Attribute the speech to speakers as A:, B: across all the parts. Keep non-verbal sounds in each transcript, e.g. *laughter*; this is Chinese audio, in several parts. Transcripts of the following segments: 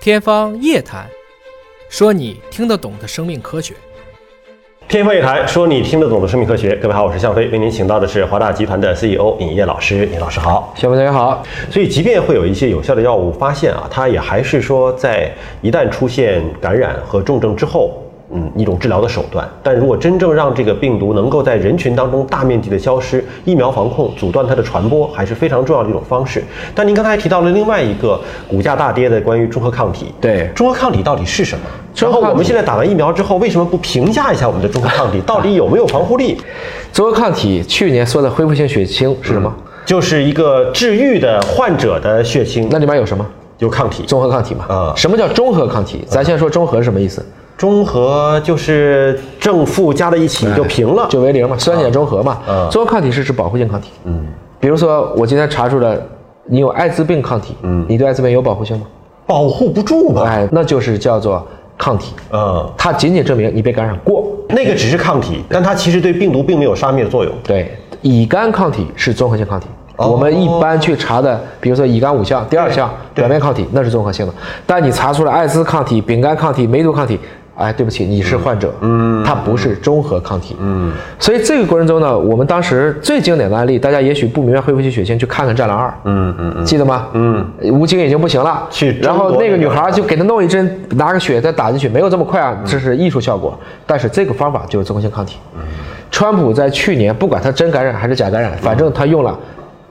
A: 天方夜谭，说你听得懂的生命科学。
B: 天方夜谭，说你听得懂的生命科学。各位好，我是向飞，为您请到的是华大集团的 CEO 尹烨老师。尹老师好。
C: 小朋友好，
B: 所以，即便会有一些有效的药物发现啊，它也还是说，在一旦出现感染和重症之后，嗯，一种治疗的手段。但如果真正让这个病毒能够在人群当中大面积的消失，疫苗防控阻断它的传播，还是非常重要的一种方式。但您刚才还提到了另外一个股价大跌的关于中和抗体，
C: 对
B: 中和抗体到底是什么？
C: 中
B: 然
C: 和
B: 后
C: 抗体
B: 我们现在打完疫苗之后，为什么不评价一下我们的中和
C: *laughs*
B: 抗体到底有没有防护力？
C: 中和抗体去年说的恢复性血清是什么？
B: 就是一个治愈的患者的血清
C: 那里面有什么？
B: 有抗体，
C: 综合抗体嘛。
B: 啊
C: 什么叫综合抗体？咱现在说综合是什么意思？
B: 中和就是正负加在一起就平了，
C: 就为零嘛，酸碱中和嘛。
B: 啊
C: 综合抗体是指保护性抗体。
B: 嗯，
C: 比如说我今天查出了你有艾滋病抗体，嗯，你对艾滋病有保护性吗？
B: 保护不住吧？
C: 哎，那就是叫做抗体，
B: 嗯，
C: 它仅仅证明你被感染过。
B: 那个只是抗体，但它其实对病毒并没有杀灭作用。
C: 对，乙肝抗体是综合性抗体。
B: 哦
C: 我们一般去查的，比如说乙肝五项，第二项
B: 对
C: 表面抗体，那是综合性的。但你查出了艾滋抗体、丙肝抗体、梅毒抗体，哎，对不起，你是患者，嗯，它不是综合抗体，嗯。所以这个过程中呢，我们当时最经典的案例，大家也许不明白恢复性血清，去看看《战狼二》，
B: 嗯嗯嗯，
C: 记得吗？嗯，吴京已经不行了，
B: 去中
C: 然后
B: 国
C: 那
B: 那
C: 个女
B: 个
C: 孩就给他弄一针，拿个血再打进去，没有这么快啊，这是艺术效果。但是这个方法就是综合性抗体。川普在去年不管他真感染还是假感染，反正他用了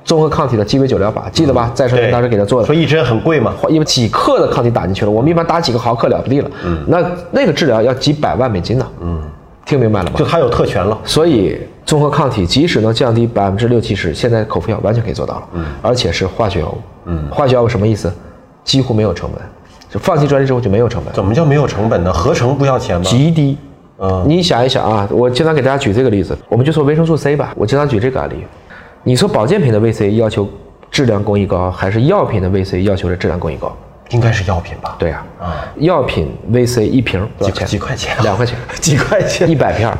C: 综合抗体的鸡尾酒疗法，记得吧？再生元当时给他做的
B: 说。一针很贵嘛，
C: 因为几克的抗体打进去了，我们一般打几个毫克了不地了，
B: 嗯
C: 那那个治疗要几百万美金呢，嗯，听明白了吗
B: 就？它有特权了。
C: 所以综合抗体即使能降低百分之六七十，现在口服药完全可以做到了，
B: 嗯
C: 而且是化学药物，嗯，化学药物什么意思？几乎没有成本，就放弃专利之后就没有成本，
B: 怎么叫没有成本呢？合成不要钱吗？
C: 极低。
B: 嗯
C: 你想一想啊，我经常给大家举这个例子，我们就说维生素 C 吧，我经常举这个案例。你说保健品的 VC 要求质量工艺高，还是药品的 VC 要求的质量工艺高？
B: 应该是药品吧？
C: 对呀、药品 VC 一瓶多少
B: 几
C: 钱？
B: 几块钱？
C: 两块钱。
B: *laughs* 几块钱？
C: 一百片儿，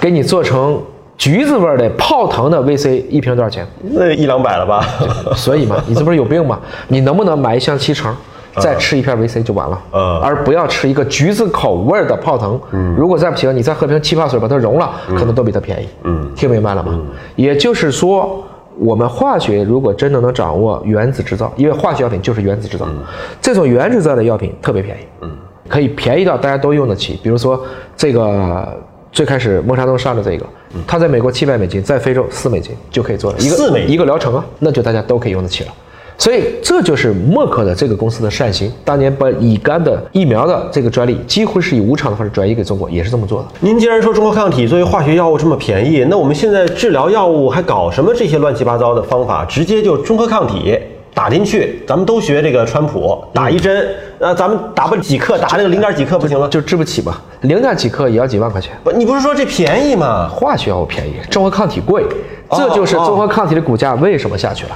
C: 给你做成橘子味儿的泡腾的 VC 一瓶多少钱？
B: 那一两百了吧？
C: *laughs* 所以嘛，你这不是有病吗？你能不能买一箱七成，再吃一片 VC 就完了？
B: 嗯
C: 而不要吃一个橘子口味儿的泡腾。如果再不行，你再喝瓶气泡水把它溶了，可能都比它便宜。
B: 嗯
C: 听明白了吗？也就是说。我们化学如果真的能掌握原子制造，因为化学药品就是原子制造，
B: 嗯
C: 这种原子制造的药品特别便宜，嗯，可以便宜到大家都用得起。比如说这个最开始默沙东上的这个，
B: 嗯
C: 它在美国七百美金，在非洲四美金就可以做了，一个
B: 4美金
C: 一个疗程啊，那就大家都可以用得起了。所以这就是默克的这个公司的善行，当年把乙肝的疫苗的这个专利，几乎是以无偿的方式转移给中国，也是这么做的。
B: 您既然说中和抗体作为化学药物这么便宜，那我们现在治疗药物还搞什么这些乱七八糟的方法？直接就中和抗体打进去，咱们都学这个川普打一针，那、咱们打不几克，打那个零点几克不行吗？
C: 就治不起吧，零点几克也要几万块钱。
B: 不，你不是说这便宜吗？
C: 化学药物便宜，中和抗体贵，
B: 哦
C: 这就是中和抗体的股价为什么下去了。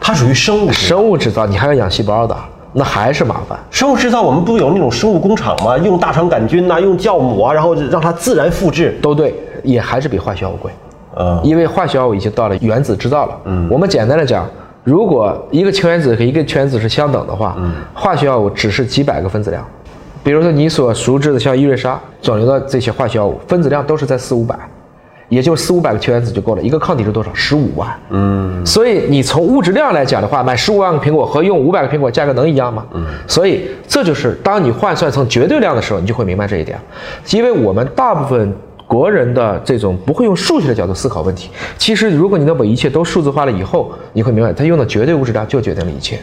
B: 它属于生物制造。
C: 生物制造你还要养细胞的，那还是麻烦。
B: 生物制造我们不有那种生物工厂吗？用大肠杆菌呐、用酵母啊，然后让它自然复制。
C: 都对，也还是比化学药物贵。
B: 嗯，
C: 因为化学药物已经到了原子制造了。啊嗯，我们简单的讲，如果一个氢原子和一个全原子是相等的话，嗯，化学药物只是几百个分子量。比如说你所熟知的像伊瑞莎、肿瘤的这些化学药物，分子量都是在四五百，也就是四五百个氢原子就够了。一个抗体是多少？十五万。嗯，所以你从物质量来讲的话，买十五万个苹果和用五百个苹果价格能一样吗？嗯，所以这就是当你换算成绝对量的时候，你就会明白这一点，因为我们大部分。国人的这种不会用数学的角度思考问题。其实，如果你能把一切都数字化了以后，你会明白，它用的绝对物质量就决定了一切。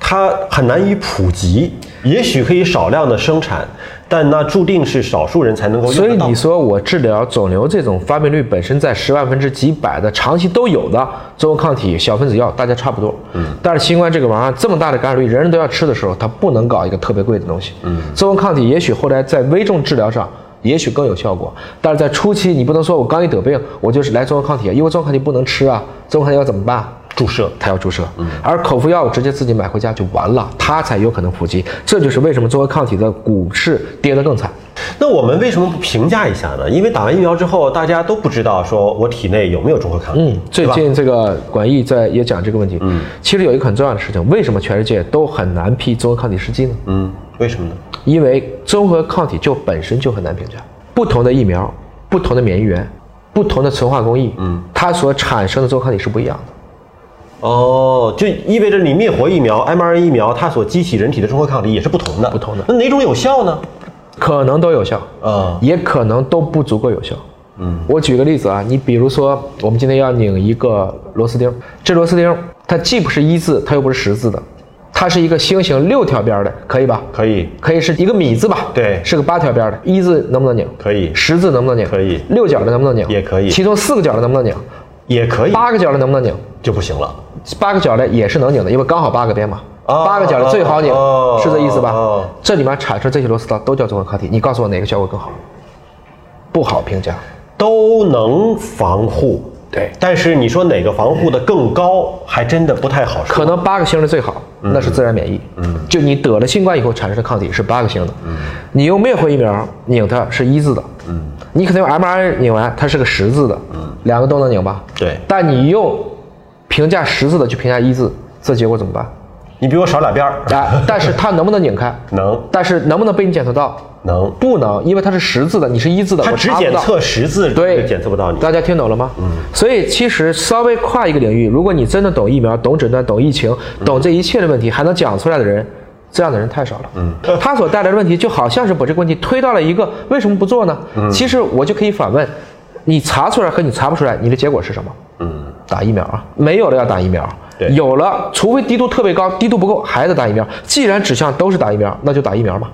B: 它很难以普及，也许可以少量的生产，但那注定是少数人才能够
C: 所
B: 用
C: 以
B: 得到
C: 你。说我治疗肿瘤这种发病率本身在十万分之几百的长期都有的中和抗体、小分子药，大家差不多。嗯。但是新冠这个玩意儿这么大的感染率，人人都要吃的时候，它不能搞一个特别贵的东西。嗯。中和抗体也许后来在危重治疗上。也许更有效果，但是在初期你不能说我刚一得病，我就是来中和抗体，啊因为中和抗体不能吃啊，中和抗体要怎么办？
B: 注射嗯
C: 它要注射，而口服药物直接自己买回家就完了，它才有可能普及。这就是为什么中和抗体的股市跌得更惨。
B: 那我们为什么不评价一下呢？因为打完疫苗之后，大家都不知道说我体内有没有中和抗体，
C: 嗯，最
B: 对吧？
C: 近这个管义在也讲这个问题。嗯，其实有一个很重要的事情，为什么全世界都很难批综合抗体试剂呢？嗯，
B: 为什么呢？
C: 因为综合抗体就本身就很难评价，不同的疫苗、不同的免疫原、不同的纯化工艺，嗯，它所产生的综合抗体是不一样的。
B: 哦，就意味着你灭活疫苗、mRNA 疫苗，它所激起人体的中和抗体也是不同的，
C: 不同的
B: 那哪种有效呢？
C: 可能都有效，
B: 啊、
C: 也可能都不足够有效。嗯，我举个例子啊，你比如说，我们今天要拧一个螺丝钉儿，这螺丝钉儿它既不是一字，它又不是十字的，它是一个星形六条边儿的，可以吧？
B: 可以，
C: 可以是一个米字吧？
B: 对
C: 是个八条边儿的，一字能不能拧？
B: 可以
C: 十字能不能拧？
B: 可以
C: 六角的能不能拧？
B: 也可以
C: 其中四个角的能不能拧？
B: 也可以，
C: 八个角的能不能拧？
B: 就不行了。
C: 八个角的也是能拧的，因为刚好八个边嘛。
B: 哦
C: 八个角的最好拧，
B: 哦
C: 是这意思吧？
B: 哦
C: 这里面产生这些螺丝刀都叫综合抗体，你告诉我哪个效果更好？不好评价。
B: 都能防护，
C: 对
B: 但是你说哪个防护的更高，还真的不太好说。
C: 可能八个星的最好，那是自然免疫。嗯，就你得了新冠以后产生的抗体是八个星的，
B: 嗯
C: 你用灭活疫苗拧它是一字的，嗯，你可能用 mRNA 拧完它是个十字的，嗯，两个都能拧吧？
B: 对
C: 但你用评价十字的去评价一字，这结果怎么办？
B: 你比我少俩边儿， *laughs*
C: 啊，但是它能不能拧开？
B: 能
C: 但是能不能被你检测到？
B: 能，
C: 不能，因为它是十字的，你是一字的，
B: 它
C: 我
B: 只
C: 查不
B: 检
C: 到
B: 测识字，
C: 对，
B: 检测不到你。
C: 大家听懂了吗？嗯。所以其实稍微跨一个领域，如果你真的懂疫苗、懂诊断、懂疫情、
B: 嗯
C: 懂这一切的问题，还能讲出来的人，这样的人太少了。嗯。他所带来的问题，就好像是把这个问题推到了一个为什么不做呢？嗯。其实我就可以反问，你查出来和你查不出来，你的结果是什么？
B: 嗯，
C: 打疫苗啊，没有了要打疫苗。
B: 对
C: 有了，除非低度特别高，低度不够还得打疫苗。既然指向都是打疫苗，那就打疫苗嘛。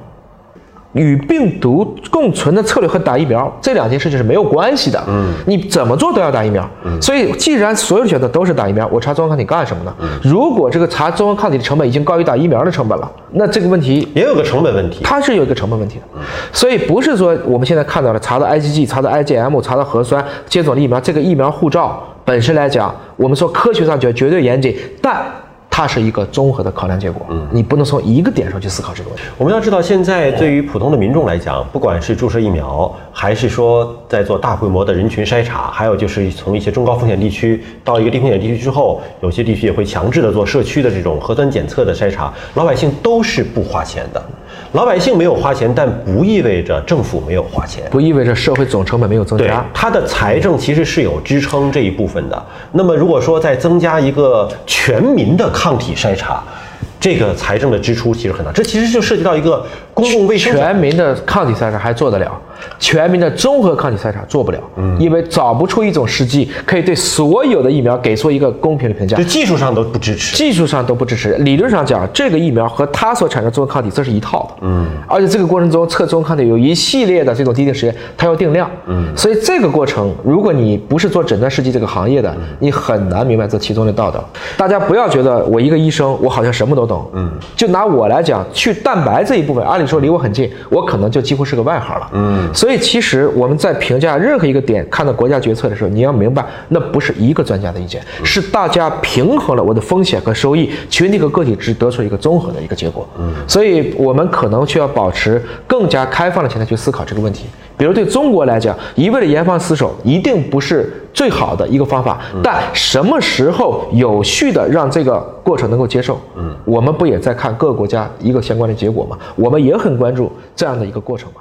C: 与病毒共存的策略和打疫苗这两件事情是没有关系的。嗯，你怎么做都要打疫苗。嗯，所以既然所有的选择都是打疫苗，我查综合抗体干什么呢？如果这个查综合抗体的成本已经高于打疫苗的成本了，那这个问题
B: 也有个成本问题，
C: 它是有一个成本问题的，所以不是说我们现在看到的查到 IgG、查到 IgM、查到核酸、接种了疫苗，这个疫苗护照本身来讲，我们说科学上绝绝对严谨，但它是一个综合的考量结果，你不能从一个点上去思考这个问题。
B: 我们要知道，现在对于普通的民众来讲，不管是注射疫苗，还是说在做大规模的人群筛查，还有就是从一些中高风险地区到一个低风险地区之后，有些地区也会强制的做社区的这种核酸检测的筛查，老百姓都是不花钱的。老百姓没有花钱，但不意味着政府没有花钱。
C: 不意味着社会总成本没有增
B: 对
C: 加，，
B: 它的财政其实是有支撑这一部分的。那么如果说再增加一个全民的抗体筛查，这个财政的支出其实很大，这其实就涉及到一个公共卫生的
C: 全民的抗体筛查还做得了，全民的综合抗体筛查做不了，因为找不出一种试剂可以对所有的疫苗给出一个公平的评价
B: 就。技术上都不支持。
C: 技术上都不支持。理论上讲，这个疫苗和它所产生的综合抗体这是一套的，嗯，而且这个过程中测综合抗体有一系列的这种滴定实验，它要定量，嗯，所以这个过程，如果你不是做诊断试剂这个行业的，你很难明白这其中的道道。大家不要觉得我一个医生，我好像什么都懂，嗯，就拿我来讲，去蛋白这一部分，按理说离我很近，我可能就几乎是个外行了，嗯，所以其实我们在评价任何一个点，看到国家决策的时候，你要明白，那不是一个专家的意见，是大家平衡了我的风险和收益，群体和个体值得出一个综合的一个结果。嗯，所以我们可能需要保持更加开放的心态去思考这个问题。比如对中国来讲，一味的严防死守，一定不是最好的一个方法。但什么时候有序的让这个过程能够接受？嗯，我们不也在看各个国家一个相关的结果吗？我们也很关注这样的一个过程嘛。